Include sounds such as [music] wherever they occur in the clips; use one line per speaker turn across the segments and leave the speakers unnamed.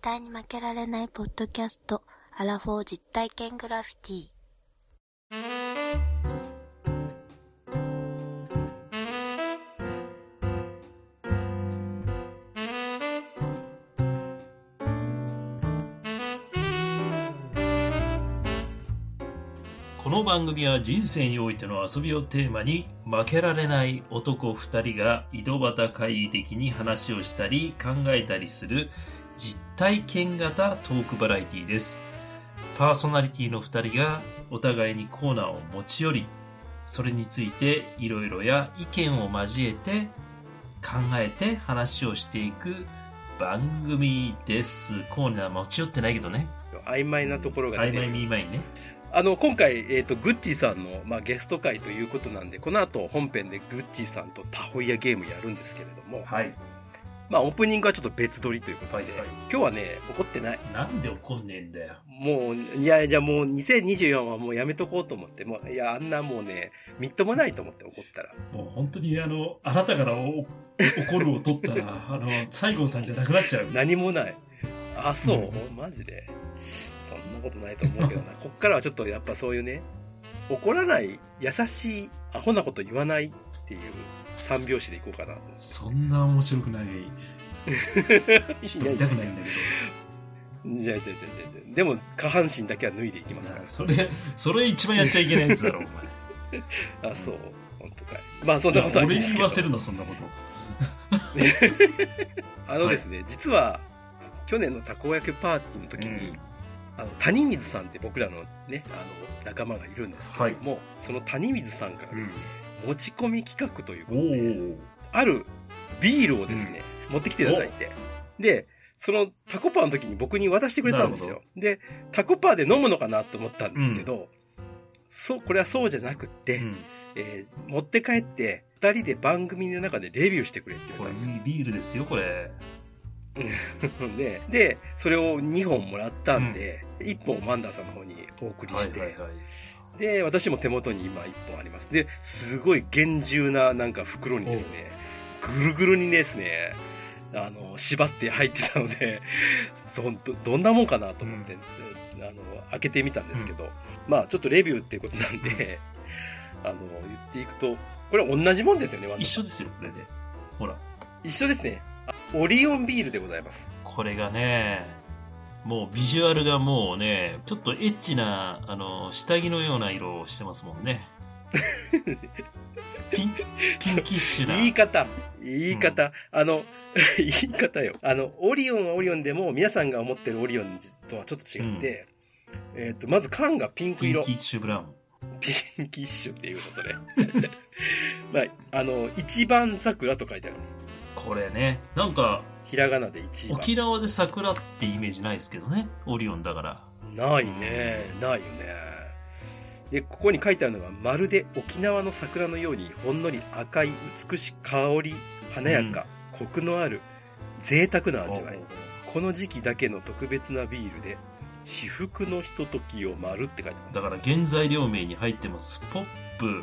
対に負けられないポッドキャスト、アラフォー実体験グラフィティ。
この番組は人生においての遊びをテーマに負けられない男2人が井戸端会議的に話をしたり考えたりする実体験型トークバラエティですパーソナリティの2人がお互いにコーナーを持ち寄りそれについていろいろや意見を交えて考えて話をしていく番組ですコーナー持ち寄ってないけどね
曖昧なところが出
曖
て
昧に曖昧にね
あの今回、えー、とグッチーさんの、まあ、ゲスト会ということなんでこの後本編でグッチーさんとタホイヤゲームやるんですけれども、
はい
まあ、オープニングはちょっと別撮りということで、
はいはい
今日はね怒ってない
なんで怒んねえんだよ
もういやいやもう2024はもうやめとこうと思ってもういやあんなもうねみっともないと思って怒ったら
もう本当にあの、あなたからお怒るを取ったら、
[laughs]
あの、西郷さんじゃなくなっちゃう。
何もないあそう、
う
マジでそんなことないと思うけどなこっからはちょっとやっぱそういうね怒らない優しいアホなこと言わないっていう三拍子でいこうかなと思って
そんな面白くない人見
いやいや
た
い
くないん
や
だ
いやいやいやいやでも下半身だけは脱いでいき
け
ますか
ど。それ、それ一番やっちゃいけないやつだろ、お前。
らあそう本当かいまあそんなことはいいん
俺
で
に
すけ
言
ど
わせるな、そんなこと。
あのですね、実は去年のたこ焼きパーティーの時に、
うん
あの谷水さんって僕らのねあの仲間がいるんですけども、その谷水さんからですね、持ち込み企画ということで、あるビールをですね、持ってきていただいて。で、そのタコパーの時に僕に渡してくれたんです
な
よ
る。
で、タコパーで飲むのかなと思ったんですけど、そう、これはそうじゃなくって、
うん。
えー持って帰って、二人で番組の中でレビューしてくれって言
こ
わ
れ
れたんです
いいビールですよ、これ。
よ。で、 [laughs] で、それを2本もらったんで、一1本をマンダーさんの方にお送りして、
はい。
で、私も手元に今1本あります。で、すごい厳重ななんか袋にですね、ぐるぐるにですね、あの、縛って入ってたので、そんど、どんなもんかなと思って、あの、開けてみたんですけど、まあ、ちょっとレビューっていうことなんで、あの、言っていくと、これ同じもんですよね、ワン
一緒ですよ、これで。ほら、
一緒ですね。あオリオンビールでございます。
これがね、もうビジュアルがもうね、ちょっとエッチな、あの、下着のような色をしてますもん
[laughs]
ね。ピン、ピンキッシュな。
言い方、言い方、あの、 [laughs] 言い方よ。あの、オリオンはオリオンでも、皆さんが思ってるオリオンとはちょっと違って、えっ、と、まず缶がピンク
ピン
色
キ。ッシュブラウン。
ピンキッシュっていうの、それ。 [laughs] まあ、あの、一番桜と書いてあります。
これね、なんか、
ひらがなで一番。
沖縄で桜ってイメージないですけどね、オリオンだから。
ないね。ないよね。で、ここに書いてあるのが、まるで沖縄の桜のように、ほんのり赤い、美しい香り、華やか、コクのある、贅沢な味わい。この時期だけの特別なビールで至福のひとときを丸って書いてます
だから原材料名に入ってます。ポップ、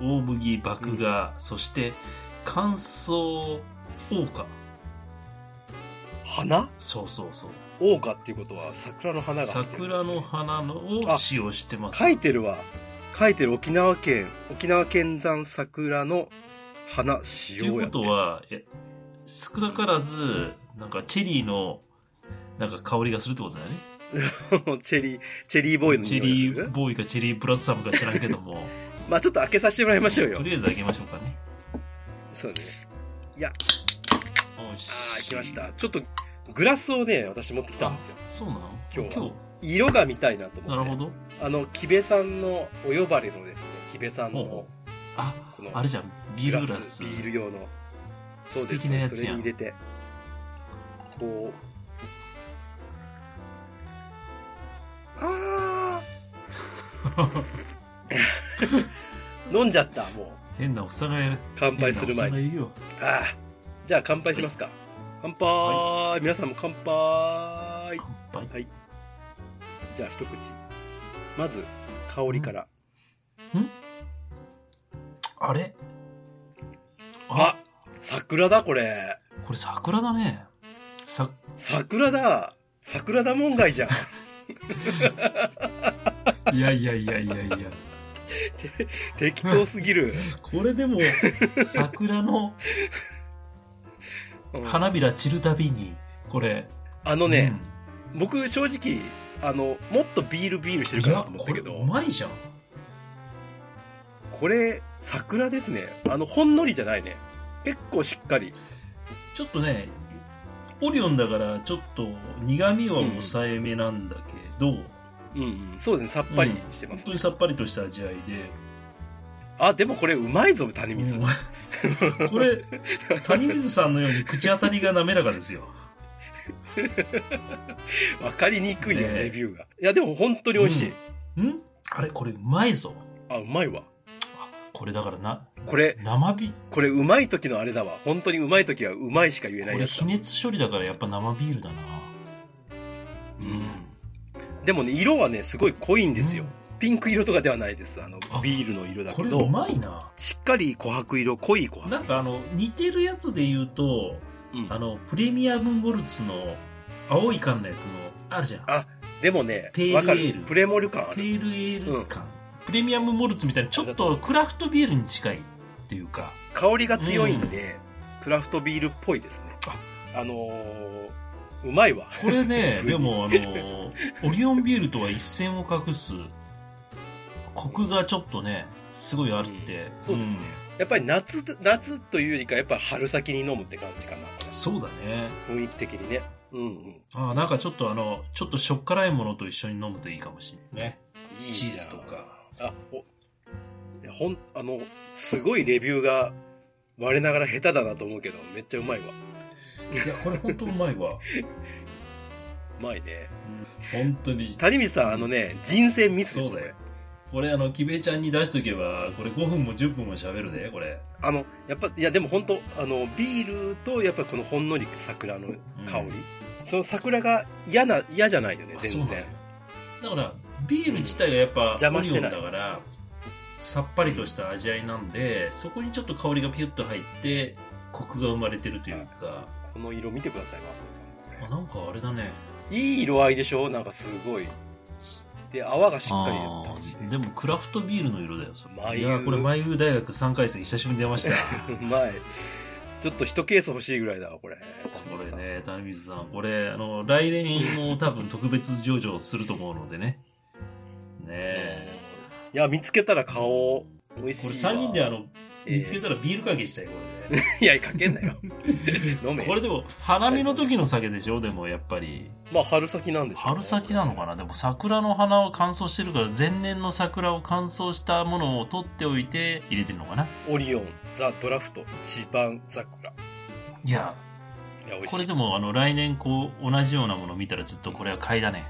大麦、麦芽、そして乾燥、桜花。
花
そうそうそう。
桜花っていうことは桜の花が入ってるんですね
桜の花のを使用してます
書。いてるわ書いてる沖縄県沖縄県産桜の花使
とい
用
う
や
こ
って
とは、え少なからず、なんかチェリーの、なんか香りがするってことだよね。
[laughs] チェリーチェリーボーイの
チェ
匂い
リ
が
ー
する
ボーイかチェリーブラッサムか知らんけども、
まあちょっと開けさせてもらいましょうよ
とりあえずあげましょうかね。
そうですねいや
おいし
あー来ましたちょっとグラスをね私持ってきたんですよ
そうなの
今日は色が見たいなと思っ
な
て
るほど
あの木部さんのお呼ばれのですね木部さん
ほうほ
の
あ
この
あれじゃんビールグラス
ビール用のそうで
素
す
敵なやつ
それ
や
に
ん
入れてこうあー飲んじゃったもう
変なおっさんがやる
乾
乾
杯する前に
にいるよ
あーじゃあ乾杯しますか、乾杯、
は
皆さんも乾杯
乾杯
じゃあ一口まず香りから、
あれ
あ桜だこれ
これ桜だねさ
桜だ桜田門外じゃん。
いやいやいやいやいや。
適当すぎ
[laughs]
る。
これでも、桜の
うん
花びら散るたびに、これ。
あのね、僕正直、あの、もっとビールビールして
うん、
る
い
かな
や、
と思っ
こ
た
れ
け
う
ど、
まいじゃん。
これ、桜ですね。あの、ほんのりじゃないね。結構しっかり。
ちょっとね、オリオンだから、ちょっと苦味は抑えめなんだけど、
うんうん。そうですね、さっぱりしてま
本
す。
当にさっぱりとした味わいで、
あ、でもこれうまいぞ、谷水。
うんこれ、谷水さんのように口当たりが滑らかですよ。
わかりにくいよ、
ねえ
レビューが。いや、でも本当に美味しい。
んあれこれうまいぞ。
あ、うまいわ。
これだからな、
これ、
生ビ
これうまい時のあれだわ。本当にうまい時はうまいしか言え
こ
ない
れ
やつ
比
だ。
熱処理だからやっぱ生ビールだな。
うん。でもね、色はね、すごい濃いんですよ
うん。
ピンク色とかではないです。あの
あ、
ビールの色だ
こ
け
れ
ど
う。まいな。
しっかり琥珀色、濃い琥珀。
なんかあの、似てるやつで言うと、
うん
あの、プレミアムモルツの青い缶のやつの、あるじゃん。
あでもね
ペールエー、ル
わかる。プレモル感あ
ペ
る。
ールエール缶。プレミアムモルツみたいな、ちょっとクラフトビールに近いっていうか。
香りが強いんで、クラフトビールっぽいですね。あのー、うまいわ。
これね
[laughs] 普、通に
でもあの、オリオンビールとは一線を画す、コクがちょっとね、すごいあるって。
うんそうですねやっぱり夏、夏というよりか、やっぱ春先に飲むって感じか
う
な。
んそうだね。
雰囲気的にね。うんうん。
あーなんかちょっとあの、ちょっとしょっ辛いものと一緒に飲むといいかもしれないね。
いいじゃん。
チーズとか。
あ、お、いやほん、あの、すごいレビューが、我ながら下手だなと思うけど、めっちゃうまいわ。
いや、これ本当うまいわ。
うまいね。
本当に。
谷水さん、あのね、人生ミスです
そうだよ。俺、あの、キベちゃんに出しとけば、これ5分も10分も喋るで、これ。
あの、やっぱ、いや、でも本当あの、ビールと、やっぱりこのほんのり桜の香り。
うん
その桜が嫌な、嫌じゃないよね、
あ
全
そう
然。
なのだから、ビール自体がやっぱ、
邪魔してない
オニオンだから、さっぱりとした味わいなんで、そこにちょっと香りがピュッと入って、コクが生まれてるというか、
この色見てください、ワンダさん。
あ
こ
なんかあれだね。
れ。いい色合いでしょなんかすごい。で、泡がしっかり
あ
立ちして
ー。でもクラフトビールの色だよ、それ
眉
いや、これ、マイウー大学3回生久しぶりに出ました。
うまい。ちょっと一ケース欲しいぐらいだわ、これ。
これね、谷水さん、これ、あの、来年も多分特別上場すると思うのでね。ねえ。
いや、見つけたら顔、美味
これ
しいわ。
3人であの、
ええ
見つけたらビールかけしたい、これね。
いや、かけんなよ。飲め。
これでも、花見の時の酒でしょ、でもやっぱり。
まあ、春先なんでしょうね
春先なのかなでも桜の花を乾燥してるから、前年の桜を乾燥したものを取っておいて入れてるのかな
オリオン、ザ・ドラフト、一番桜。
いや、
いや、美味し
こ
い
れ。でも、あの、来年こう、同じようなもの見たらずっとこれは買いだね。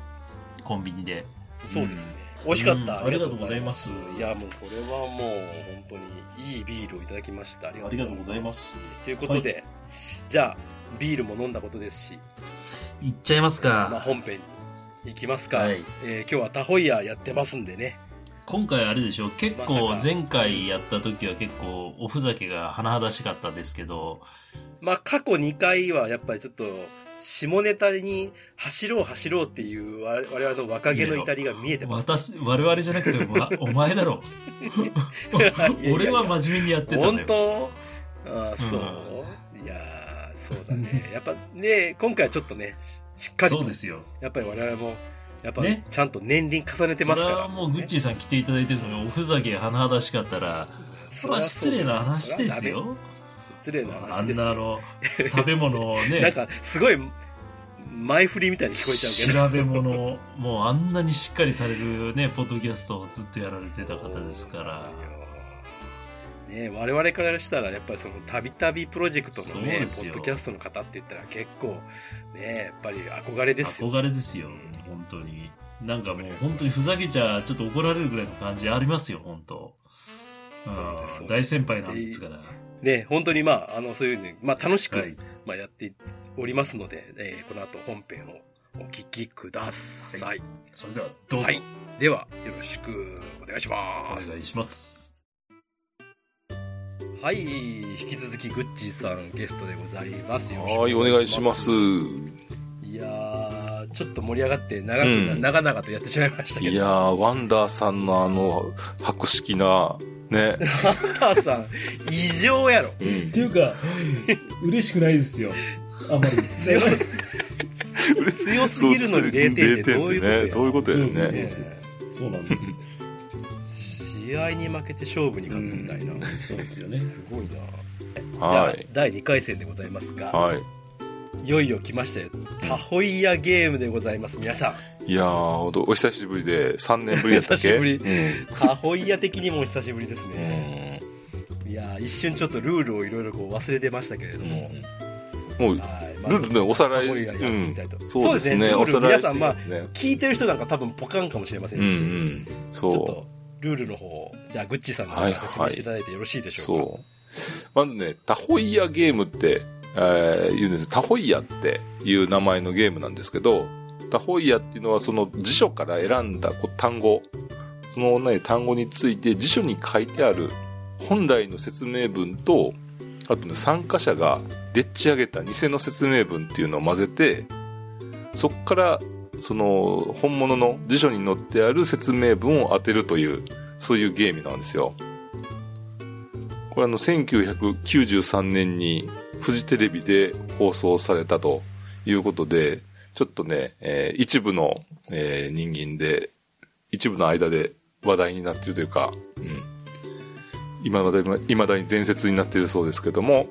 コンビニで。
そうですね。美味しかった、
うんありがとうございます
ありがとうございますいや、もうこれはもう、本当にいいビールをいただきました。あり
ありがとうございま。す。
ということで、じゃあ、ビールも飲んだことですし、
いっちゃいます
まあ、
か。
本編に行きますか。
はい
えー今日はタホイヤーやってますんでね。
今回あれでしょ結構
まさか
前回やった時は結構おふざけが甚だしかったですけど、
まあ、過去2回はやっぱりちょっと、下ネタに走ろう走ろうっていう我我々の若気の至りが見えてます。
私、我々じゃなくて、
[laughs]
わお前だろ。俺は真面目にやってたんだ
本
よ。
当あーそう、いやーそうだ
[laughs]
ね。やっぱね、今回はちょっとね、ししっかり
そう
と
で、すよ。
やっぱり我々も、やっぱ
ね
ちゃんと年輪重ねてます
そ
か
れ
ら。
はもうグッチ
ね
ーさん来ていただいてるのにおふざけ甚だしかったら、それは失礼な話です。
そりゃそう
よ。
です失礼な
あ
話
ん
です
なあ
よ。
の、食べ物を
[laughs] なん
ね、
か、すごい、前振りみたいに聞こえちゃうけど。
調べ物を、もうあんなにしっかりされるね、ポッドキャストをずっとやられてた方ですから。
ね、我々からしたらやっぱりそのたびたびプロジェクトの
そう
ね
です
ポ
よ
ッドキャストの方って言ったら結構ねやっぱり憧れですよ
憧れですよ、
うん
本当になんかもう本当にふざけちゃちょっと怒られるぐらいの感じありますよ本当
そうです
う
そ
ん
うで
大
す
先輩なんですから、
ね本当にまああのそういうね、まあ、楽しく、
はい、
まあ、やっておりますので、えーこの後本編をお聞きください、
それではどうぞ、
はいではよろしくお願いし
お
ま
願
す
いします
はい引き続きグッチーさんゲストでございますよろしく
はい、お願いします。
いやーちょっと盛り上がって長く、
うん
長々とやってしまいましたけ
い
ど
やー、ワンダーさんのあの、博識な、ね。
ハンターさん異常やろ
うん
ていうか嬉しくないですよあんまり
強す強すぎるのに0点ってどういうこと
どういうこと
そ
や
う
ね。
ですそうなんですよ
試合に負けて勝負に勝つみたいな、
そうですよね
すごいなじゃあ、
はい。
第2回戦でございますが、
はい。
い、よいよ来ましたよタホイヤゲームでございます皆さん
いやー、おどお久しぶりで、3年ぶりやったっ
久
け
しぶり
うん
タホイヤ的にもお久しぶりですね、
う
いやー一瞬ちょっとルールをいろいろこう忘れてましたけれど
ん
も、
うんも
は
う、
いまあ
ルールね、おさらい。
タホイヤやってみたいと
うん
そうですね
お
ル
さらい。
ール皆さんまあ
ね
聞いてる人なんか多分ポカンかもしれませ
うん
んし、
うん。
ちょっ
そう。
とルールの方をじゃあグッチさんか
はい
ら
はい
説明していただいてよろしいでしょうか、
そう。まずね、タホイヤゲームって、えー言うんです。タホイヤっていう名前のゲームなんですけど、タホイヤっていうのはその辞書から選んだこう単語、そのね、単語について辞書に書いてある本来の説明文と、あとね、参加者がでっち上げた偽の説明文っていうのを混ぜて、そっから、その、本物の辞書に載ってある説明文を当てるという、そういうゲームなんですよ。これあの、1993年にフジテレビで放送されたということで、ちょっとね、えー一部の、えー人間で、一部の間で話題になっているというか、うん。今まで、未だに伝説になっているそうですけども、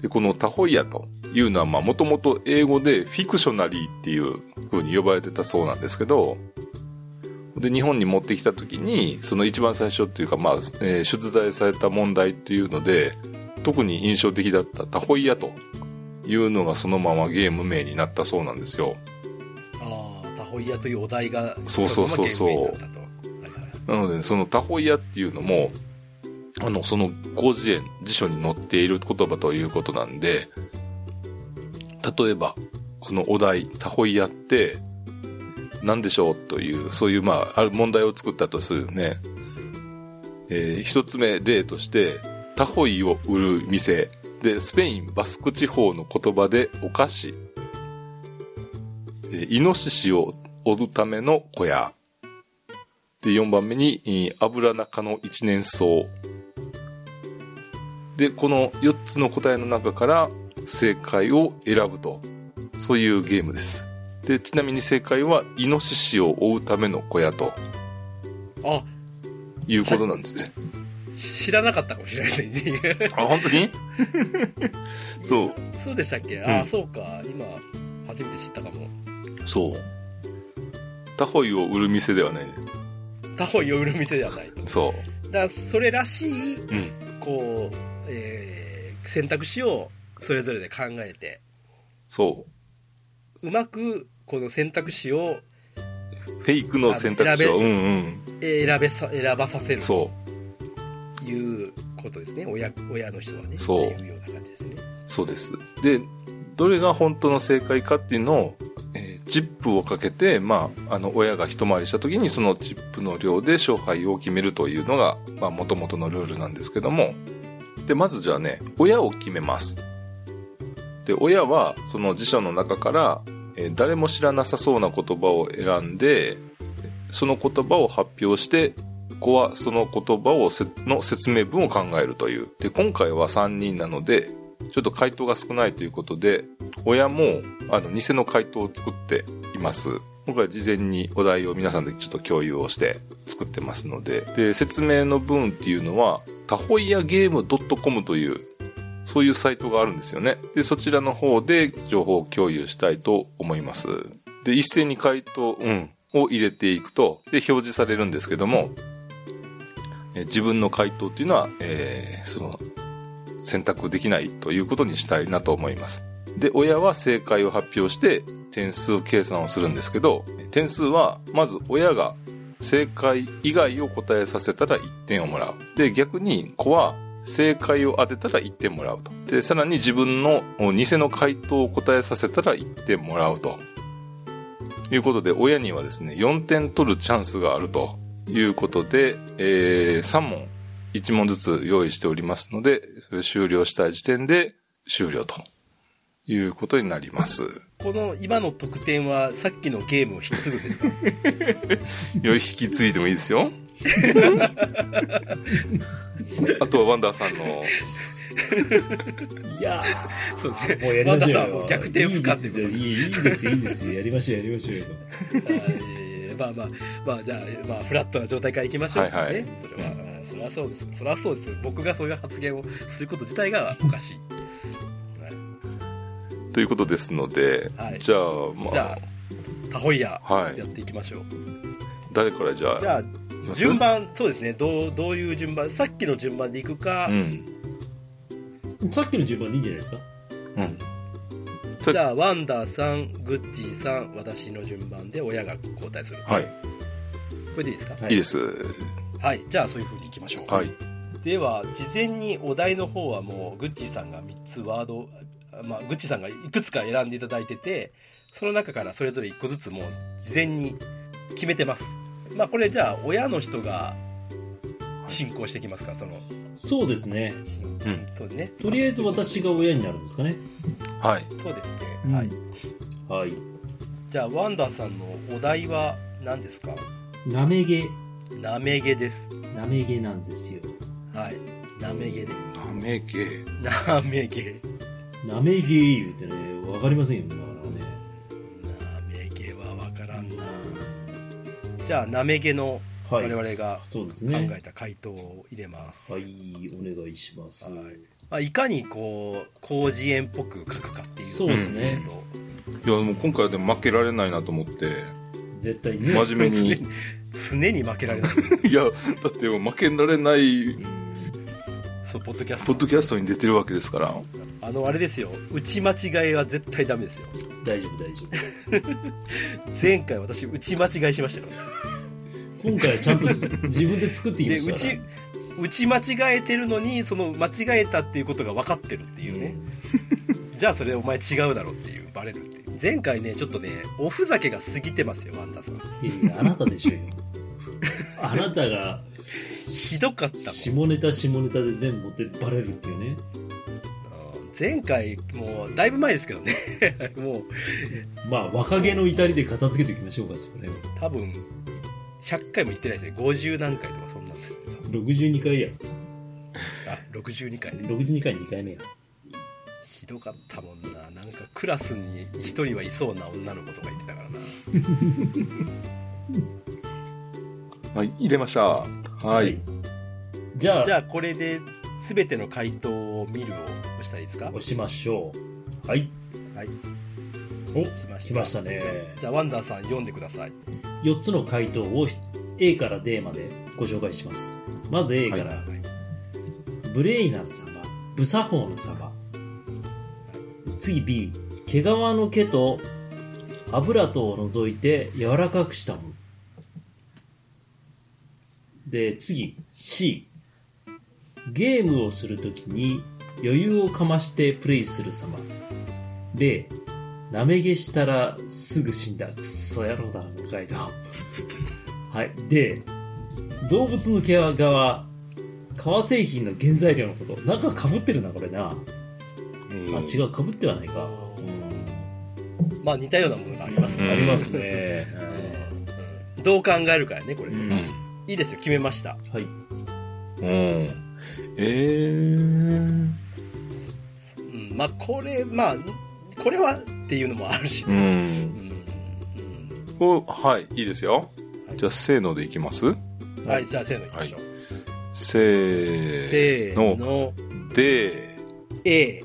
で、このタホイヤというのは、まあ、もともと英語でフィクショナリーっていう風に呼ばれてたそうなんですけど、で、日本に持ってきた時に、その一番最初っていうか、まあ、えー出題された問題っていうので、特に印象的だったタホイヤというのがそのままゲーム名になったそうなんですよ。
ああタホイヤというお題が
そうそうそうそう
のままゲームになったとはいはい
なので、そのタホイヤっていうのも、あの、その広辞苑、辞書に載っている言葉ということなんで、例えば、このお題、タホイヤって、何でしょうという、そういう、まあ、ある問題を作ったとするよね。えー一つ目、例として、タホイを売る店。で、スペイン、バスク地方の言葉でお菓子。えーイノシシを折るための小屋。で、4番目に、えー油中の一年草。で、この4つの答えの中から正解を選ぶと。そういうゲームです。で、ちなみに正解は、イノシシを追うための小屋と
あ
いうことなんですね。
知らなかったかもしれないですね
[laughs] あ、本当にそう。
そうでしたっけ、あ
う
あ
ん
そうか今初めて知ったかも
そう。タホイを売る店ではないね。
タホイを売る店ではないとだか
そ。
らそれらしいう
うん。
こう、えー選択肢をそれぞれで考えて
そう
まくこの選択肢を
う。フェイクの選択肢を。
あ
う
選べ
んうん。
えー選べさ選ばさせると
そう。
いうことですね親親の人はね
そう
っていうような感じですね
そうです。で、どれが本当の正解かっていうのを、えーチップをかけて、まあ、あの、親が一回りした時にそのチップの量で勝敗を決めるというのが、まあ、元々のルールなんですけども。で、まずじゃあね、親を決めます。で、親は、その辞書の中から、えー誰も知らなさそうな言葉を選んで、その言葉を発表して、子はその言葉をせ、の説明文を考えるという。で、今回は3人なので、ちょっと回答が少ないということで、親も、あの、偽の回答を作っています。今回事前にお題を皆さんでちょっと共有をして作ってますので。で、説明の文っていうのは、タホイヤゲーム .com という、そういうサイトがあるんですよね。で、そちらの方で情報を共有したいと思います。で、一斉に回答、うん、を入れていくと、で、表示されるんですけども、え自分の回答っていうのは、えーその、選択できないということにしたいなと思います。で、親は正解を発表して点数計算をするんですけど、点数はまず親が正解以外を答えさせたら1点をもらう。で、逆に子は正解を当てたら1点もらうと。で、さらに自分のお偽の回答を答えさせたら1点もらうと。いうことで、親にはですね、4点取るチャンスがあるということで、え3問1問ずつ用意しておりますので、それ終了した時点で終了ということになります。
この今の得点はさっきのゲームを引き継ぐんですか
よい引き継いでもいいですよ。
[laughs]
あとはワンダーさんの、
いやー
そうですね。
もうやりましょうよ
ワンダさんはもう逆転不可
いいですよいいいいですよいいですよやりましょうやりましょうよ
はいまあまあ、まあじゃあ、まあフラットな状態からいきましょう、ね。
はいはい
それは、うんそれはそうです。それはそうです。僕がそういう発言をすること自体がおかしい。
ということですので、
はい
じゃあ、まあ、
じゃあ、タホイヤ、
はい
やっていきましょう。
誰からじゃあ、
じゃあ、
いきます
順番、そうですね。どう、どういう順番、さっきの順番でいくか、
うん。
さっきの順番でいいんじゃないですか
うん。
じゃあ、ワンダーさん、グッチーさん、私の順番で親が交代する。
はい。
これでいいですか
はい
いです。
はい。じゃあ、そういう風にいきましょう。
はい。
では事前にお題の方はもうグッチーさんが3つワード、あまあ、グッチーさんがいくつか選んでいただいててその中からそれぞれ1個ずつもう事前に決めてますまあこれじゃあ親の人が進行してきますからその
そうですね
進
うん。
そうね
とりあえず私が親になるんですかね
はい。
そうですね、
うん
はい
はい
じゃあワンダーさんのお題は何ですか
なめげ
なめげです
なめげなんですよ
はいなめげで
なめげ。
なめげ
なめげ言うてねわかりませんよねなかなかね
なめげはわからんなじゃあなめげの
はい
我々が
そうです
考
ね
えた回答を入れます、
はいいお願いします
はいまあ、いかにこう広辞苑っぽく書くかっていう
そうですね
と
いや、もう今回はでも負けられないなと思って、
絶対ね
真面目に。
[laughs] 常に負けられない
いや、だって負けられない、
そうポッドキャス
ポ
ト
ッドキャストに出てるわけですから。
あのあれですよ打ち間違いは絶対ダメですよ
大丈夫大丈夫
前回私打ち間違いしましたよ
今回はちゃんと自分で作ってきま
で
したか
打
ら
ち打ち間違えてるのにその間違えたっていうことが分かってるっていうね、じゃあそれお前違うだろっていうバレるっていう前回ねちょっとねおふざけが過ぎてますよワンダーさん
いやいやあなたでし
[laughs]
ょうよあなたが
ひどかったもん
下ネタ下ネタで全部持ってバレるっていうね
うん前回もうだいぶ前ですけどね [laughs] もう
まあ若気の至りで片付けておきましょうかそれは
多分100回も行ってないですね50何回とかそんなんですよね
62回や
あ62回ね
62回2回目や
ひどかったもんななんかクラスに1人はいそうな女の子とか言ってたからな
はい、入れました。はい。
じゃあ
じゃあこれで全ての回答を見るを押したらいいですか
押しましょうはい
はい
お
しまし
来
た
ましたね
じゃあワンダーさん読んでください
4つの回答を A から D までご紹介しますまず A から、
はい
ブレイナ様ブサホーナ様次 B 毛皮の毛と油とを除いて柔らかくしたもので次 C ゲームをするときに余裕をかましてプレイする様でなめげしたらすぐ死んだクソ野郎だなこのガイドはいで動物の毛皮が革製品の原材料のことなんかかぶってるなこれな、
うん
あ違うかぶってはないか、
まあ似たようなものがあります
うん
ありますね、
うんどう考えるかやねこれ、
うん
いいですよ決めました
はい
うん。えー。
うんまあこれまあこれはっていうのもあるし、
う。
うんん
おはい、いいですよ
は。い
じゃあ、せーのでいきます
うん、はいじゃあせーのいきましょう、
せー
せーの
の。で、
A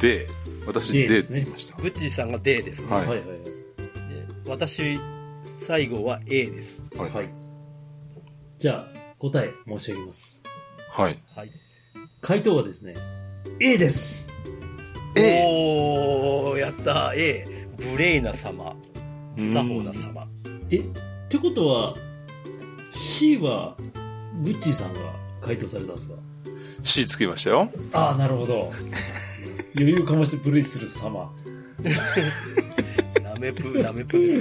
で、私、
で
で
で
っ
す
て
ね
言いました。
グッチーさんが D ですね、
は
は
い
いはいはい
で私最後は A です
はい。
はいじゃあ答え申し上げます
はい。
はい
回答はですね A です
おーやった A ブレイナ様ブサホーナ様
えってことは C はグッチーさんが回答されたんですか
C つきましたよ。
ああなるほど余裕かましてプレイする様
なめ
[laughs]
ぷなめぷ [laughs] で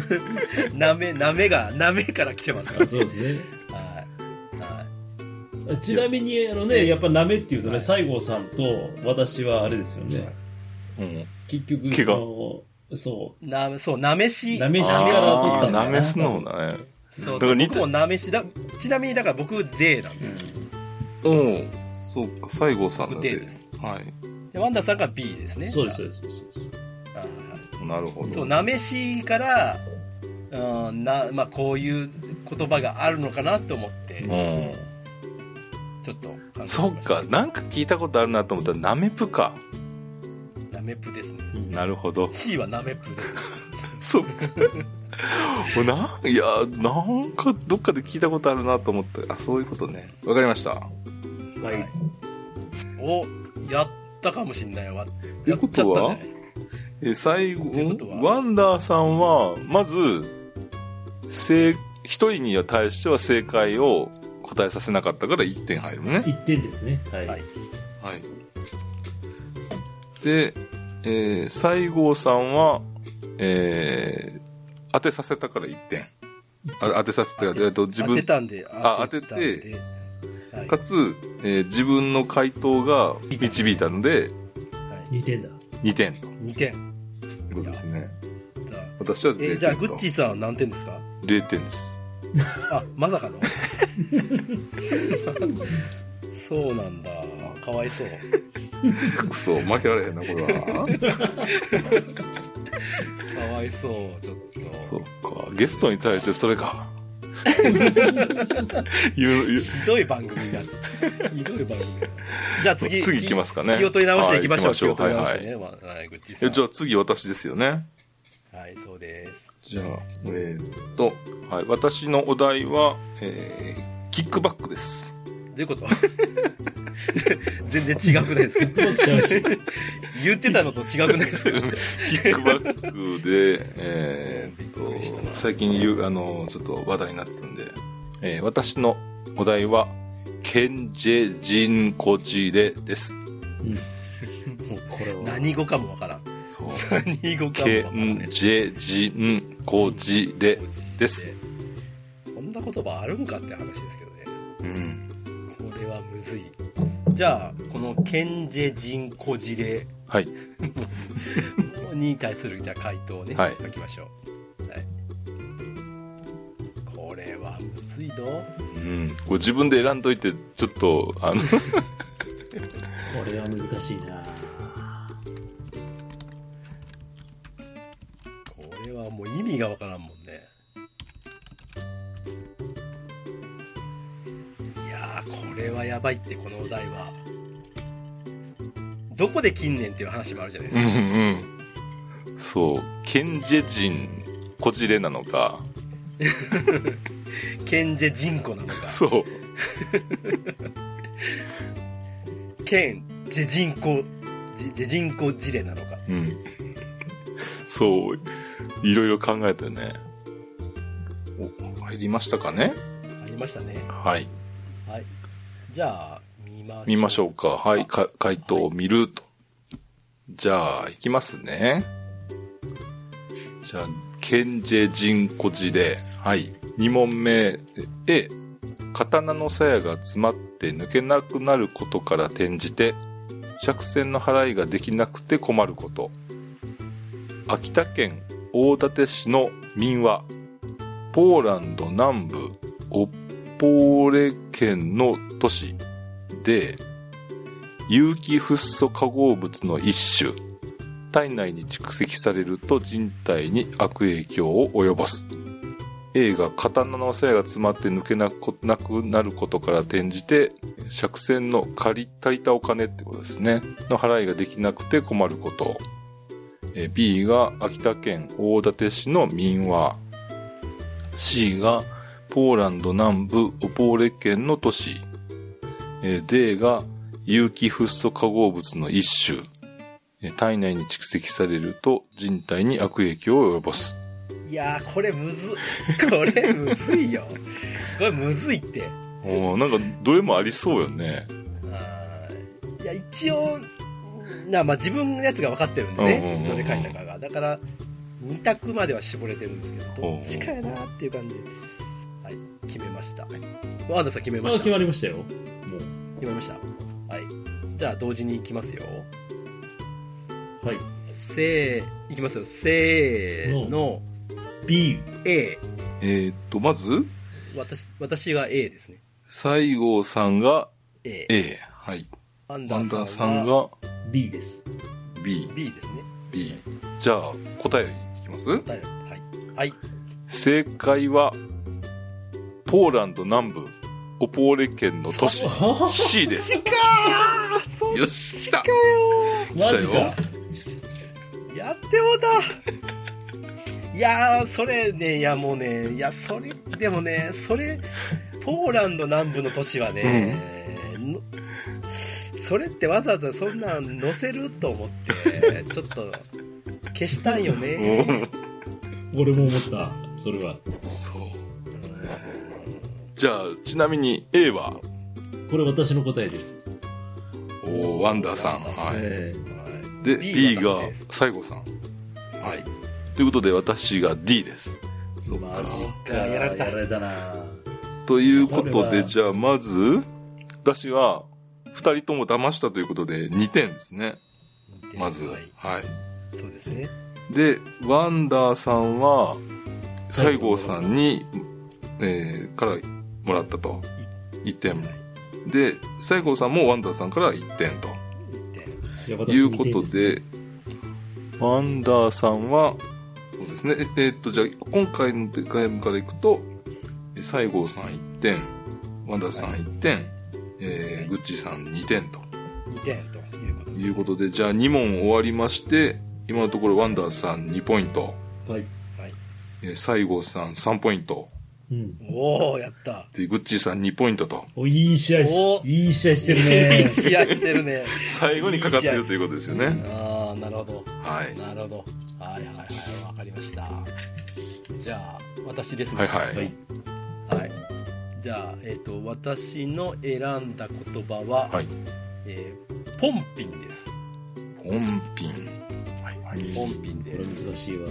すなめなめがなめから来てますから
そうですね
はいはい
[laughs] ちなみにあのねやっぱなめっていうとね西郷さんと私はあれですよね、
うん。
結局
怪我
そのそう
な、そう、なめし。
なめし
な
から取ったんだ
あーなめすのね。
そう
だか
そ
ら
う、
似
僕
た
もなめしだ。ちなみに、だから僕、税なんです。
うん。そうか、西郷さんの
で
で。
す
はい。
で、ワンダさんが B ですね。
そうですそうですそうです
あー
なるほど。
そう、なめしから、うん、な、まあ、こういう言葉があるのかなと思って、
うん。
ちょっと考えてみました
そっか、なんか聞いたことあるなと思ったら、なめぷか。
なめぷですね。
なるほど。
C はなめぷですね。
そっか。お [laughs] なんいや、なんかどっかで聞いたことあるなと思って、あ、そういうことね。わかりました。
はい、
はいお、やったかもしんないわ。
て
やっ
いうこ
ちゃ
と
った
は
ね。
え、最後
ということは、
ワンダーさんは、まず、正、一人に対しては正解を答えさせなかったから1点入るね。
1点ですねはい、
はい
はい。で、えー西郷さんは、えー当てさせたから1点。あ当てさせたから、えっと、自
当
分
て、たんで、
あ
たんで
当て
はい
かつ、えー自分の回答が導いたので、
はい、
2点だ
2点とい
2点。
うことですね。
じゃあ
私は0
え、
点と。
じゃあ、グッチーさんは何点ですか
0点です。
あ、まさか
[laughs]
のそうなんだ。かわいそう。
くそ、負けられへんな、これは。
[laughs] かわいそう、ちょっと。
そうか。ゲストに対してそ
[laughs]
れか。言う、言う
ひどい番組になっちゃう。ひどい番組になっちゃう。じゃあ次。
次行きますかね
気気を取り直していきましょう。
はい
気を
行きま
取り
しょう
直してね。まあはい、グッチさ
え
ん。
じゃあ次私ですよね。
はい、そうです。
じゃあ、えーっと、はい、私のお題は、えーキックバックです。
どういうこと [laughs] 全然違くないですか言ってたのと違くないですか
キックバックで、えー
び
っ
っくりした
と、
な
最近言う、あの、ちょっと話題になってたんで、えー私のお題は、ケンジェジンコジレです。
もうこれは
何語かもわからん。
そう。
何語かもわ
ケ
からん、
ン
ね。
ジェジンコジレです。
こんな言葉あるんかって話ですけどね。
うん。
これはむずい。じゃあ、このケンジェジンコジレ
はい。
に対するじゃあ回答をね、
はい
書きましょう、はい、これはむずいぞ
うん。これ自分で選んどいて、ちょっと、あの、
これは難しいな
これはもう意味がわからんもんねいやーこれはやばいってこのお題はどこで近年っていう話もあるじゃないで
う
す
ん
か、
うん。 [laughs] そう。ケンジェジン、こじれなのか。
ケンジェジンコなのか
そう。
ケンジェジンコジジェジンコジレなのか
うん。そう。いろいろ考えたよね。お、入りましたかね
ありましたね
はい。
はいじゃあ見ましょう
見ましょうか。はい。か回答を見ると。じゃあ、いきますね。じゃあ、ケンジェジンコジレ。はい。2問目。A。刀の鞘が詰まって抜けなくなることから転じて、釈線の払いができなくて困ること。秋田県大館市の民話。ポーランド南部、オッポーレ県の都市。で、有機フッ素化合物の一種、体内に蓄積されると人体に悪影響を及ぼす。A が刀の鞘が詰まって抜けなくなくなることから転じて、釈線の借り足りたお金ってことですね、の払いができなくて困ること。えー B が秋田県大館市の民話。C がポーランド南部オポーレ県の都市。えー D が有機フッ素化合物の一種。えー体内に蓄積されると人体に悪影響を及ぼす。
いやーこれむずこれむずいよこれむずいって
おーなんかどれもありそうよね。
あーいや一応なまあ自分のやつが分かってるんで
うんうんうん
ね
うん
どれ書いたかがだから2択までは絞れてるんですけど
うんうん
どっちかやなっていう感じはい決めました。アンダさん決め
あ
ました。
決まりましたよ。もう。
決まりました。はい。じゃあ、同時に行きますよ。
はい。
せー、いきますよ。せーの、
B。
A。
えーっと、まず、
私、私が A ですね。
西郷さんが
A。
A。はい。
アン
ワ
ダ
ンダー
ー
さ
さ
ん
んが
が
B です。
B。
B ですね。
B。じゃあ、答えいきます
答えはい。はい。
正解は、ポーランド南部、オポーレ県の
[laughs]
都市、C です。
かーそ
よっしゃ
よ
マジ
来たよ
か。
ーやってもうた [laughs] いやーそれねいやもうねいやそれでもねそれポーランド南部の都市はね、のそれってわざわざそんなん載せると思ってちょっと消したんよね、
俺も思った。それは。
そう。じゃあ、ちなみに A は、
これ私の答えです。
おーワンダーさん。は
えー
はい
い。で、B
私
が
です
西郷さん。
はい
ということで、私が D です。
そうマジか
あー
やられた
やられたな。
ということ
これ
で、
は
じゃあ、まず、私は、二人とも騙したということで、2点ですね。まず。
はい
はい。
そうですね
でワンダーさんは西郷さんに、えーからもらったと1点で西郷さんもワンダーさんから1点と
いや
いうこと。でワンダーさんはそうですねええーっとじゃあ今回のゲームからいくとえ西郷さん1点ワンダーさん1点、えーグッチさん2点と
2点ということ
と
で
いうことでじゃあ2問終わりまして今のところワンダーさん2ポイント
はい。
はい、
えー西郷さん3ポイント
うん。
おおやった
で、グッチーさん2ポイントと、
お、いい試合
お
し、いい試合してる
い
ね
い。試合してるね
最後にかかってるということですよね。
ああなるほど
はい。
なるほど。はいはいはい、わかりました。じゃあ、私ですね。
はいは。
はいい。
はい。じゃあ、えっ、と、私の選んだ言葉は、
はい。
えーポンピンです。
ポンピン。はい
ポンピン
これ
です。
難しいわ。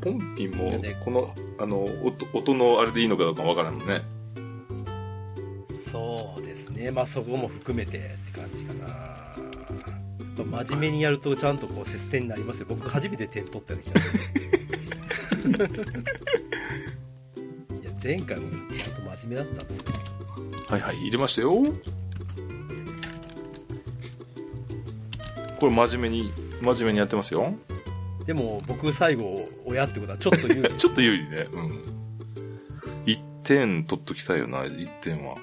ポンピンも、この、あの、音音のあれでいいのかどうかわからんもんね。
そうですね。まあ、そこも含めてって感じかな。まあ真面目にやるとちゃんとこう接戦になりますよ。僕初めて点取ったような気がす [laughs] る。いや前回もちゃんと真面目だったんですよ。
はいはい、入れましたよ。これ真面目に、真面目にやってますよ。
でも僕最後親ってことはちょっと有利
ちょっと有利ね。うん。1点取っときたいよな、1点は。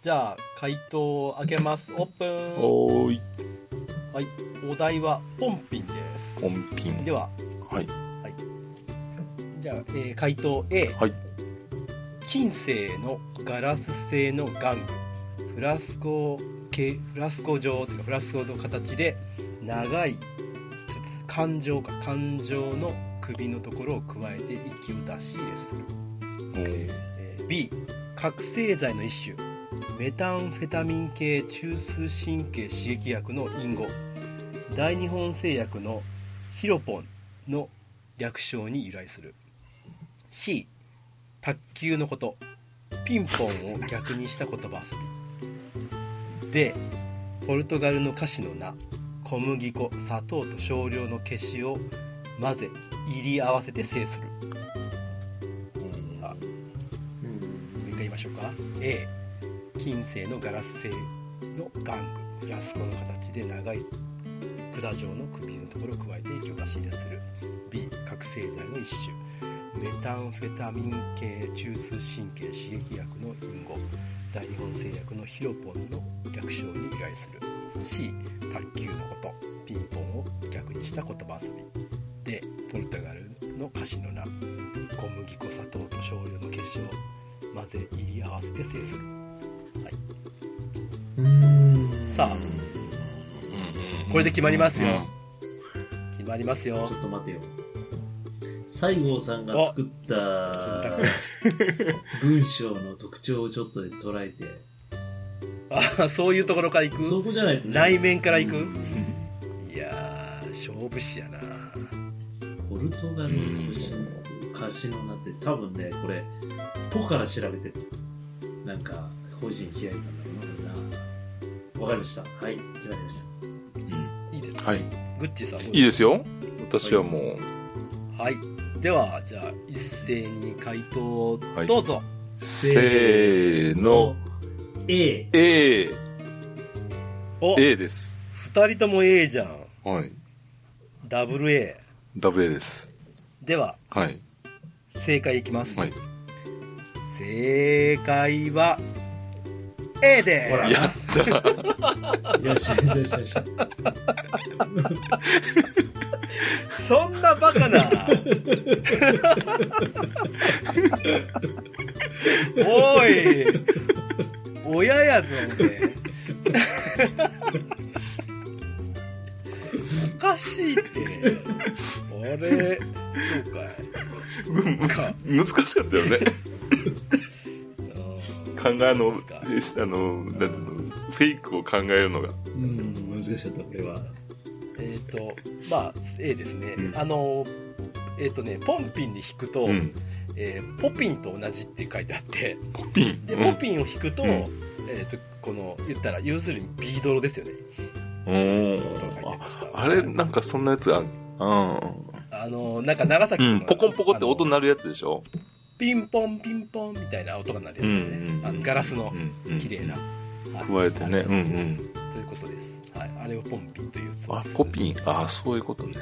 じゃあ回答を開けますオープン
おーい。
はいお題はポンピンです
ポンピン。
では
はい。
じゃあ、えー回答 A
はい。
金製のガラス製の玩具フラスコ系フラスコ状というかフラスコの形で長い筒感情か感情の首のところを加えて息を出し入れする
おー
えー B 覚醒剤の一種メタンフェタミン系中枢神経刺激薬の隠語大日本製薬のヒロポンの略称に由来する C 卓球のことピンポンを逆にした言葉遊び D ポルトガルの菓子の名小麦粉砂糖と少量の消しを混ぜ入り合わせて制するあもう一回言いましょうか A 金製のガラス製の玩具フラスコの形で長い管状の首のところを加えて息を出し入れする B 覚醒剤の一種メタンフェタミン系中枢神経刺激薬の隠語大日本製薬のヒロポンの略称に由来する C 卓球のことピンポンを逆にした言葉遊びでポルトガルの菓子の名小麦粉砂糖と少量の結晶を混ぜ入り合わせて制する、はい、さあこれで決まりますよ、決まりますよ [laughs]
ちょっと待てよ。西郷さんが作
[laughs]
った
お金
文章の特徴をちょっと捉えて、
あそういうところからいく
そこじゃないとね
内面からいく
うん
いやー勝負師やな
ポルトガルの歌詞の名って多分ね、これ、こから調べてなんか個人開いたんだろうなわかりましたはい決まりました
いいですか
はい。
グッチさんどう
い
で
いですすよ。私はもう、
かはいではじゃあ一斉に回答をどうぞ、
せーの、
A
A、
お
A です。
二人とも A じゃん
はい。
ダブル A
WA です。
では
はい。
正解いきます、
はい。
正解は A で
ほら
や
す
ったー
よしよしよしよし
そんなバカなおい親やぞおめえおかしいってあれそうかいか
難しかったよね。 [laughs]
うん
考えの、
そうですか
あの、なんていうの、フェイクを考えるのが。
うん難しかったこれは
えっ、とまあ A ですね、
うん
あのえっ、とねポンピンに引くと、
うん。
えーポピンと同じって書いてあって
ポピン。
で、
う
ポ
ん
ピンを引くと,、
うん
えっとこの言ったら要するにビードロですよね
う
と書いて
ん。
ました
ああれ、なんかそんなやつある。う
あのなんか長崎と
ん。うん。
か
ポコンポコって音
あの
鳴るやつでしょ
ピンポンピンポンみたいな音が鳴るやつですよね、
うんうんうん
あのガラスの
うんうん
綺麗な、
加えてね。
あ
う
れです
ん
ということです、はい、あれをポンピンという
うん。
そう
あ
で、す
ポピン。ああ、そういうことね。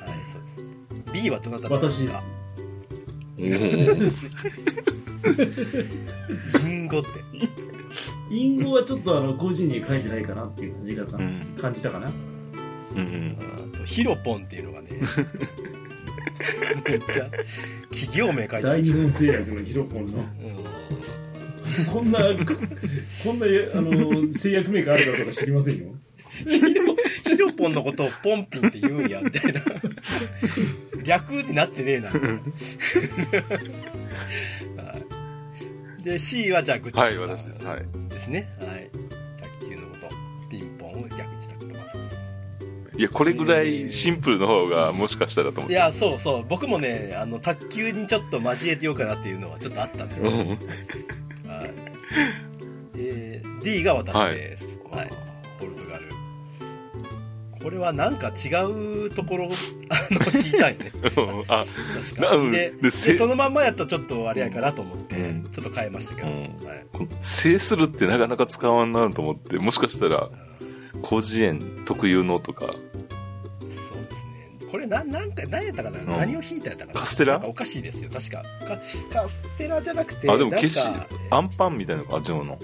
はいそうです B はどなたですか
私です
おー
リンゴって
インゴはちょっとあの個人に書いてないかなっていう感じが
う
な、
ん。
感じたかな
うんうん。
あとヒロポンっていうの
[laughs]
がねめっちゃ企業名書いてあ
大
りま
日本
した
製薬のヒロポンの
うん
こんなこんなあの製薬メーカーあるかとか知りませんよ
ヒロポンのことをポンピンって言うんやみたいな略ってなってねえなみたいなはいで C はじゃあグッチ
はい、
さん
私です。はい。
ですねはい卓球のことピンポンを逆にした言葉です
いや、これぐらいシンプルの方がもしかしたらと思っ
い
て。
やそうそう僕もねあの卓球にちょっと交えてようかなっていうのはちょっとあったんです
う
よ、
ん。
はいえー D が私です、はいポルトガルこれはなんか違うところあの引いたんよね
あ、
確
な
か
うん
にで
で
で
せ
そのまんまやったらちょっとあれやからと思って、
うん
ちょっと変えましたけど、
うん
はい、
制するってなかなか使わんなと思って、もしかしたら、広辞苑特有のとか、
そうですねこれななんか何やったかな、
ん
何を引いたやったかな
カステラ
なんかおかしいですよ確かかカステラじゃなくて
あ、でも
なんか
消し、アンパンみたいなのが、あっちのの。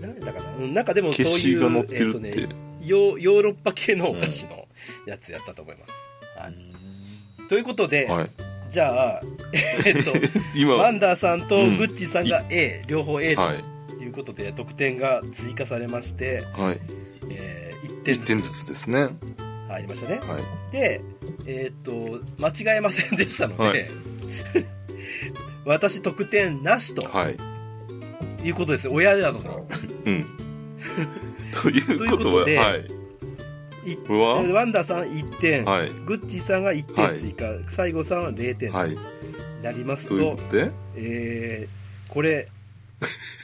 何やったかな、うん、なんかでもそう
消し
いう
が乗ってるって。
えーとね、ヨーヨーロッパ系のお菓子のやつやったと思います、はい、ということで、
はい。
じゃあ [laughs] えっと
今、
ワ
は
ンダーさんと
うん
グッチさんが A、両方 A
い。
と
はい。
いうことで、得点が追加されまして、え1点
1点
ず
ず
つ
つですね。は
入りましたね
い。
でえーっと間違えませんでしたので、
はい
[laughs] 私得点なしと
はい。
いうことですね親なの
[laughs]
か
うん。ということは、
ということで
はい。
い
これは
ワンダさん1点、
はい。
グッチさんが1
は
点
い
追加、西郷さんは0点
はい。
になります
と
と、
いうことで、
えーこれ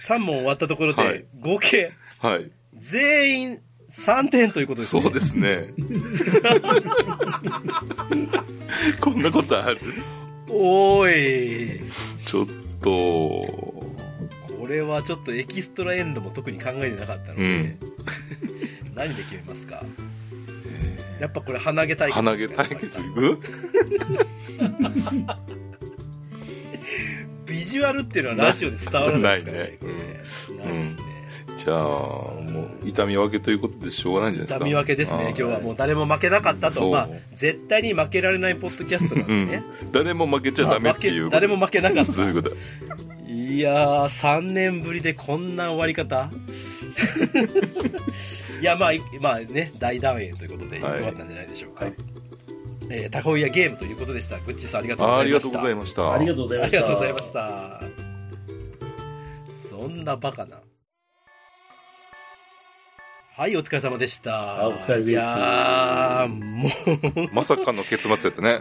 3問終わったところで、
はい
合計
はい。
全員3点ということですね
そうですね。こんなことある
おーい
ちょっと、
これはちょっとエキストラエンドも特に考えてなかったので、
うん。
[laughs] 何で決めますかやっぱこれ鼻毛対決
鼻
で
毛
すか
対決いく
ビジュアルっていうのはラジオで伝わらないですからねこ
ない
れね
ねん
ないですね
じゃあ、もう、痛み分けということでしょうがないんじゃないですか。
痛み分けですね今日はもう誰も負けなかった
そ
と
う
まあ絶対に負けられないポッドキャストなん
う
で
ん
ね、。
誰も負けちゃ
まあ
ダメっ
負
て
け
いうこと。
誰も負けなかっ
そういう
た
ことだ。
いやー3年ぶりでこんな終わり方 [laughs] いやまあいまあね大団円ということでよ
は
か
い
ったんじゃないでしょうか、
はい
えー、タコイヤゲームということでしたグッチさんありがとう
あ
ご
あ
ざ
り
い
が
ま
とう
し
ご
た
ざいました。
ありがとうございま
あ
し
り
た
がとうございました。そんなバカな。はい、お疲れ様でした。
あお疲れ様です
いやーもう、
まさかの結末やったね。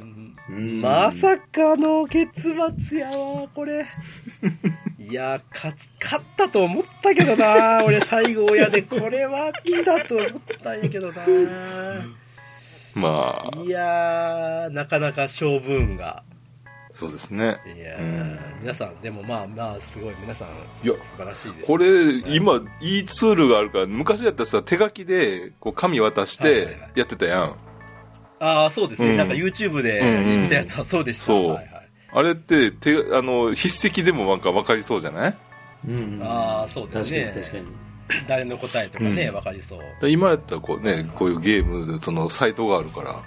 まさかの結末やわ、これ。 [laughs] いや、勝つ、勝ったと思ったけど
[laughs]
な、俺最後親で、これは来たと思ったんやけどな。
まあ、
いやー、なかなか勝負運が。
そうですね。
いや
うん
ー、皆さん、でもまあまあ、すごい、皆さん、
いや
素晴らしいです。
これ、今
は、
いいツールがあるから、昔だったらさ、手書きで、こう、紙渡し
はいはい
て
はい、
やってたやん。
ああ、そうですね、
うん
なんか YouTube で
うんうん
見たやつはそうでした。
そう
はいはい、
あれって、手、あの、筆跡でもなんか分かりそうじゃない
うん
ああ、そうで
確
す
かに
ね。
確かに
誰の答えとかね、
うん
わかりそう。
今やったらこうね、こういうゲーム、その、サイトがあるから。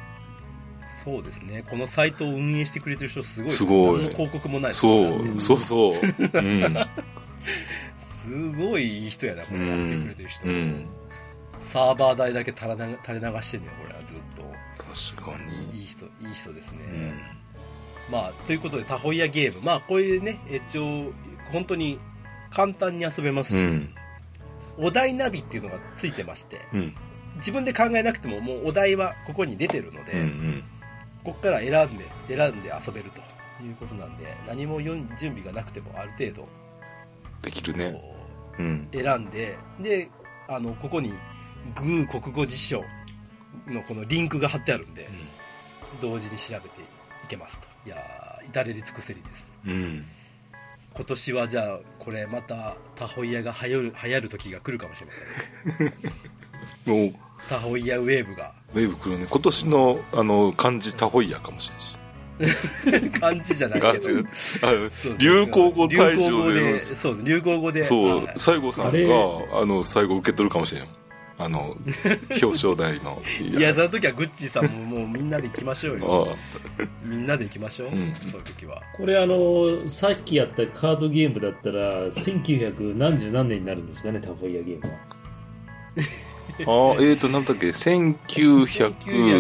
そうですね。このサイトを運営してくれてる人すごい。
すごい
何の広告もない。
そうう、
ん
そ
[laughs]
うそう。うん。
すごいいい人やな、これやってくれてる人。
うん。
サーバー代だけ垂れな垂れ流してんねこれはずっと。
確かに。
いい人、いい人ですね。
うん。
まあ、ということで、タホイヤゲーム。まあ、こういうね、一応、本当に簡単に遊べます
う
し、
ん。
お題ナビっていうのがついてまして、
うん。
自分で考えなくても、もうお題はここに出てるので、
うん。
ここから選んで選んで遊べるということなんで何もよん準備がなくてもある程度
できるね。
こ
うん。
う選んでであのここにグー国語辞書のこのリンクが貼ってあるんで、同時に調べていけますといやー至れり尽くせりです
うん。
今年はじゃあこれまたタホイヤが流行る流行る時が来るかもしれま
[laughs]
せんね
もう、ウ
タホイヤウェーブが
ェーブ来るね。今年の、あの、漢字タホイヤかもしれんし。
漢字じゃないけ
漢
ど
字
そうそう
流行語大
流行
賞
語
で
で、そうです流行語で
そ
は
う
い、
西郷さん
あ
が
れ、
あの、最後受け取るかもしれんよ。あの、表彰台 [laughs] の。
いや、その時はグッチーさんももうみんなで行きま
[laughs]
しょうよ。
ああ
みんなで行きましょう、
うん
そういう時は。
これあのさっきやったカードゲームだったら1900何十何年になるんですかねタコイヤゲームは
ああ、えーと、なんだっけ、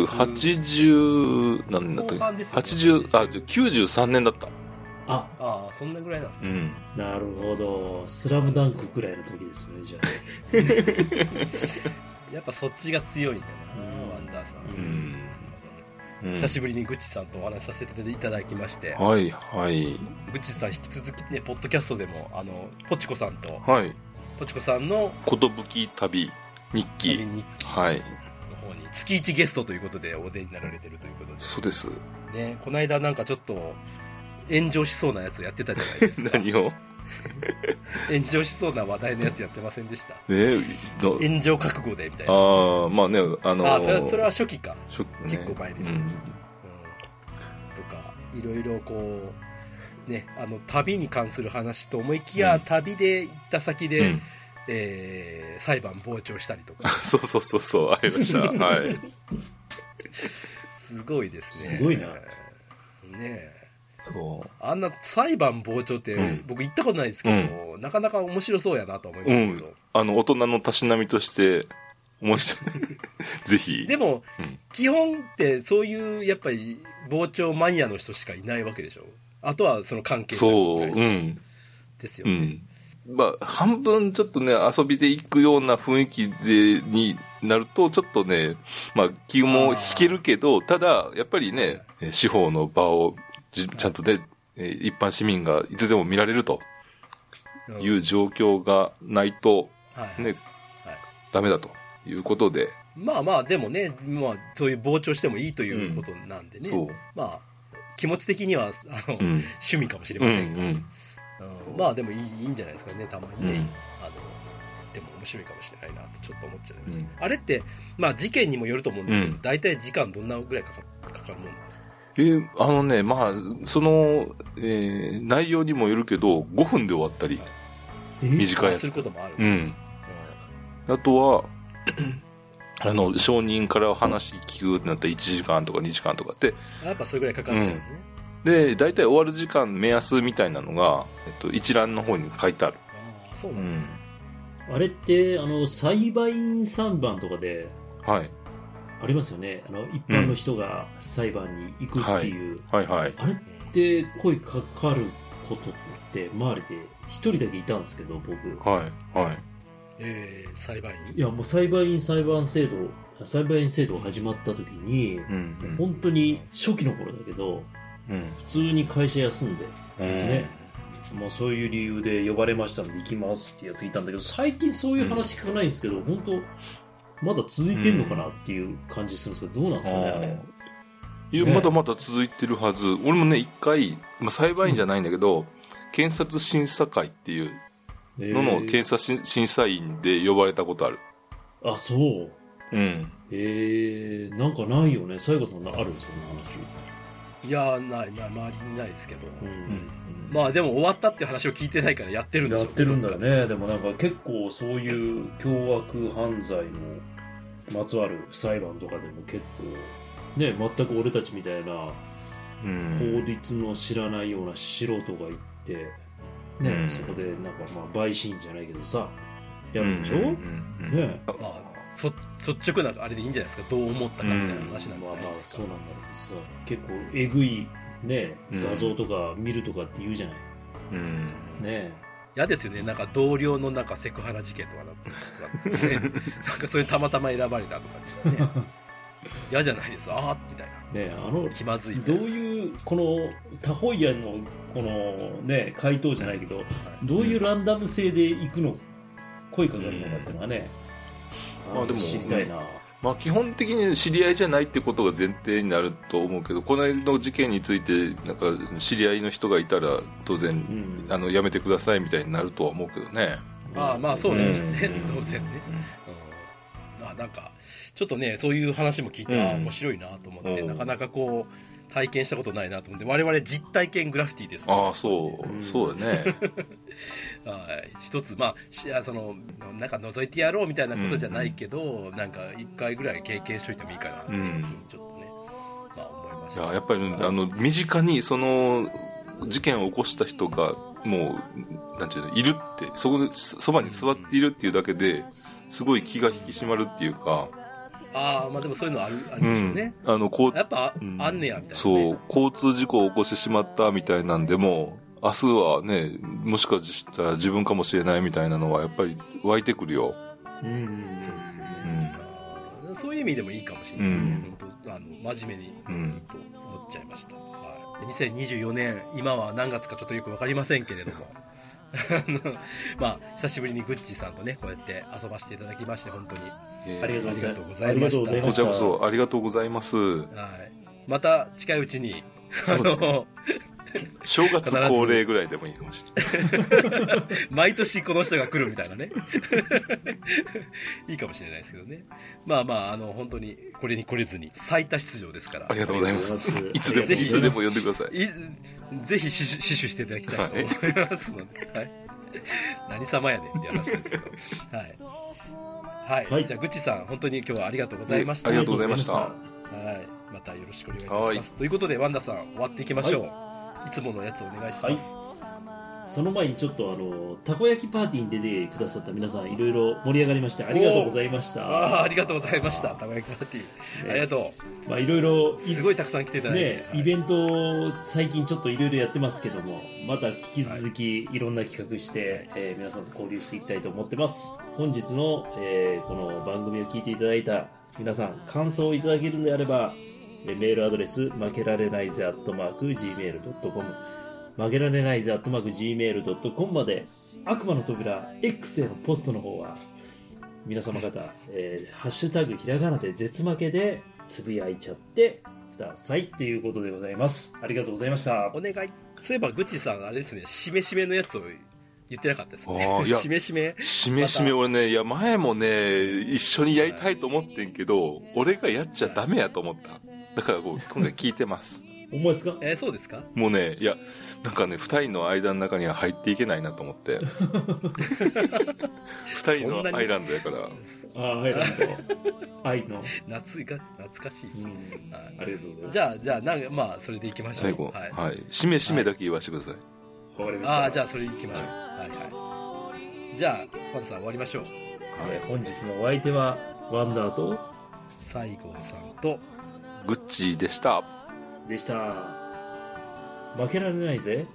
1980、なんだったっ
後半です
け、
よね
80、あ、93年だった。
あ
ああ、そんなぐらいなんです
う
ね。
ん。
なるほど「スラムダンクくらいの時ですよねじゃ
やっぱそっちが強いんだな、
うん
ワンダーさん。
んうん
久しぶりにグッチーさんとお話しさせていただきまして、
はい、はい。
グッチーさん引き続きね、ポッドキャストでも、あの、ポチコさんと、
はい。
ポチコさんの
ことぶき旅、日
旅
記。
日記
はい。
の方に月1ゲストということでお出になられてるということ
そうです。
で、ね、この間なんかちょっと、炎上しそうなやつやってたじゃないですか。
[laughs] 何を
炎上しそうな話題のやつやってませんで
[laughs]
した。
ねの
炎上覚悟でみたいな。
ああ、まあね、あの
あそれはそれは初期か、
ショックね
結構前ですねうん、とかいろいろこうねあの旅に関する話と思いきや、
うん
旅で行った先
うん
で、
うん
えー裁判傍聴したりとか
[laughs] そうそうそうそう、ありました。はい。
すごいですね
すごいな
ねえ
そ
あんな裁判傍聴って、
うん。
僕行ったことないですけど、なかなか面白そうやなと思いうま
う
したけど、
ん。あの、大人のたしなみとして、面白
[laughs]
い。ぜひ。
でも、
うん
基本ってそういうやっぱり傍聴マニアの人しかいないわけでしょあとはその関係者ぐ
そう、
らい
うん。
ですよ
う
ね、
ん。まあ、半分ちょっとね、遊びで行くような雰囲気で、になると、ちょっとね、まあ、気も引けるけど、ただ、やっぱりね、えー司法の場をじちゃんとで、えー一般市民がいつでも見られると
うん
いう状況がないと、
はい
ね、
はい
ダメだということで、
まあまあでもね、まあ、そういう傍聴してもいいということなんでね、
そう。
まあ気持ち的にはあの、
うん。
趣味かもしれ
うん、
ま
う
せんが、
ん。
うんまあでもいいいいんじゃないですかねたまにね、
う
あの
ん
言っても面白いかもしれないなとちょっと思っちゃいました、
うん
あれって、まあ、事件にもよると思うんですけど、
うん
大体時間どんなぐらいかかかかるもんですか
えーあのね、まあ、その、えー内容にもよるけど、5分で終わったり、
あ
短いや
す
つ
る。こともあるん
う
です
ん。あとは、あの、証人から話聞くってなったら1時間とか2時間とかって、
うんやっぱそれぐらいかかっちゃうね、
で、大体終わる時間目安みたいなのが、えっと、一覧の方に書いてある。
ああそうなんですね、
あれってあの裁判員3番とかで
はい。
ありますよねあの一般の人が裁判に行くっていう、
はいはい。
あれって声かかることって周りで一人だけいたんですけど僕
はい。はい。
えー、栽培
い
に。
やもう裁判員裁判制度裁判員制度が始まった時に、
うん
本当に初期の頃だけど
うん
普通に会社休んで
うん
ねもうそういう理由で呼ばれましたんで行きますってやついたんだけど最近そういう話聞かないんですけど、本当まだ続いてんのかなっていう感じするんですけどどうなんですかねあれ
いや
ね
まだまだ続いてるはず、俺もね一回、まあ、裁判員じゃないんだけど、検察審査会っていう
え
のの
ー
検察し審査員で呼ばれたことある
あそう
うん
えー、なんかないよね西郷さんあるそんな話
いやー、ない、ない、周りにないですけど。
うん
まあでも終わったっていう話を聞いてないからやってるんで
や
しょ
っ
う
てるんだ
ど
よね
っか
でもなんか結構そういう凶悪犯罪のまつわる裁判とかでも結構ね全く俺たちみたいな
う
法
ん
律の知らないような素人が行ってね、
うん
そこでなんかまあ陪審じゃないけどさや
う
る
ん
でしょ、
うんうん
ね
まあ
あ
そ率直なあれでいいんじゃないですかどう思ったかみたいな話なんじ
ま
ゃ
あ
ない
まあ
です
そう
か、
なんだけどさ結構えぐいね
うん
画像とか見るとかって言うじゃない、
うん
ね
嫌ですよねなんか同僚のなんかセクハラ事件とかだったりとか
[laughs]
ねなんかそれたまたま選ばれたとかね嫌じゃないですああみたい
ね
な
あの
気まずいみた
ど
いうな
いうこの他方案のこのね回答じゃないけどどういうランダム性で行くの声かかるのかっていうのはね、
うんまあでも
知りたいな、
まあ基本的に知り合いじゃないってことが前提になると思うけどこの間の事件についてなんか知り合いの人がいたら当
う
然、
ん
あのやめてくださいみたいになるとは思うけどね
まあまあそうなんですよね、
うん
当然ね、うん、あなんかちょっとねそういう話も聞いて、あー
うん
面白いなと思って、
うん
なかなかこう体験したことないなと思って我々実体験グラフィティですから
ああそう、
うん
そうだね
はい、一つまあしあそのなんか覗いてやろうみたいなことじゃないけど、なんか一回ぐらい経験しといてもいいかなっていうふうにちょっとね、まあ思いまし
い
た
ややっぱりね、あの身近にその事件を起こした人がもうなんていうのいるってそこでそそばに座っているっていうだけですごい気が引き締まるっていうか、
ああまあでもそういうのあるあり
う
ますよ
ん
ね、
あのこう
やっぱ、
うん
あんねやみたいな、ね、
そう交通事故を起こしてしまったみたいなんでも明日はねもしかしたら自分かもしれないみたいなのはやっぱり湧いてくるよ、
うん
そうですよね
うん
あーそういう意味でもいいかもしれないですね、
うん
本当あの真面目に
うん
いいと思っちゃいました、はい、2024年今は何月かちょっとよく分かりませんけれども [laughs] あのまあ久しぶりにグッチーさんとねこうやって遊ばせていただきまして本当に
ありがとうございます
ありがとうございまし
ありがとうござい
た
こ
ま
ちらこそありがとうございます
はい、また近いうちに、あ
うだ
の
正月恒例ぐらいでもいいかもしれない
毎年この人が来るみたいなね [laughs] いいかもしれないですけどねまあまああの本当にこれに来れずに最多出場ですから
ありがとうございます
ありがとうございま
い
す
つでも
ぜ
い
ひ
つでも呼んでください
いぜひ死守死守していただきたいと思いますので、はい何様やねんって話なんですけどはい、はい
はい
じゃあぐっちさん本当に今日はありがとうございました、
ありがとうございました
はい、またよろしくお願いいたしますということでワンダさん終わっていきましょう、い、つものやつお願いします、
はいその前にちょっとあのたこ焼きパーティーに出てくださった皆さんいろいろ盛り上がりましてありがとうございまし
あ
た
あありがとうございましたたこ焼きパーティー、
ね
ありがと
まあいろいろ
うすごいたくさん来ていただいて、
ね、イベントを最近ちょっといろいろやってますけどもまた引き続きいろんな企画して、えー皆さんと交流していきたいと思ってます本日の、えーこの番組を聞いていただいた皆さん感想をいただけるのであればえーメールアドレス負けられないぜ Gmail.com 負けられないぜ Gmail.com まで悪魔の扉 X へのポストの方は皆様方、えーハッシュタグひらがなで絶負けでつぶやいちゃってくださいということでございますありがとうございました
お願いそういえばぐっちさんあれですねしめしめのやつを言ってなかったです
ああい
ね
や
[laughs] しめしめ
しめしめ俺ね、いや前もね、一緒にやりたいと思ってんけど、俺がやっちゃダメやと思った。だからこう、今回聞いてます。
お前ですか
えーそうですか
もうね、いや、なんかね、二人の間の中には入っていけないなと思って。二人のアイランドやから。
ああはい愛の、
懐か懐かしい、
うん、
はい
ありがとうございます
じゃあじゃあなんかまあそれでいきましょう
最後、
はい、
はい。しめしめだけ言わせてください。
わかりました
ああじゃあそれいきましょうはいはいじゃあパンさん終わりましょう
えー本日のお相手はワンダーと
西郷さんと
グッチーでした。
でした負けられないぜ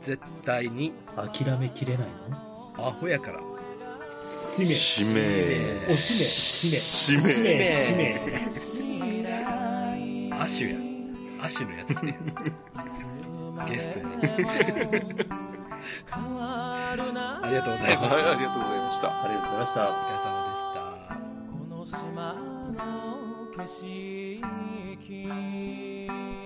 絶対に
諦めきれないの
アホやから
さ
使命
使命。
お使命使命
使命
使命使命
アッシュや。アッシュのやつ来て。ゲストに。 [laughs] ありがとうございまし
はい、
た。
ありがとうございました。
ありがとうございました。
お疲れ様でした。
この島の景色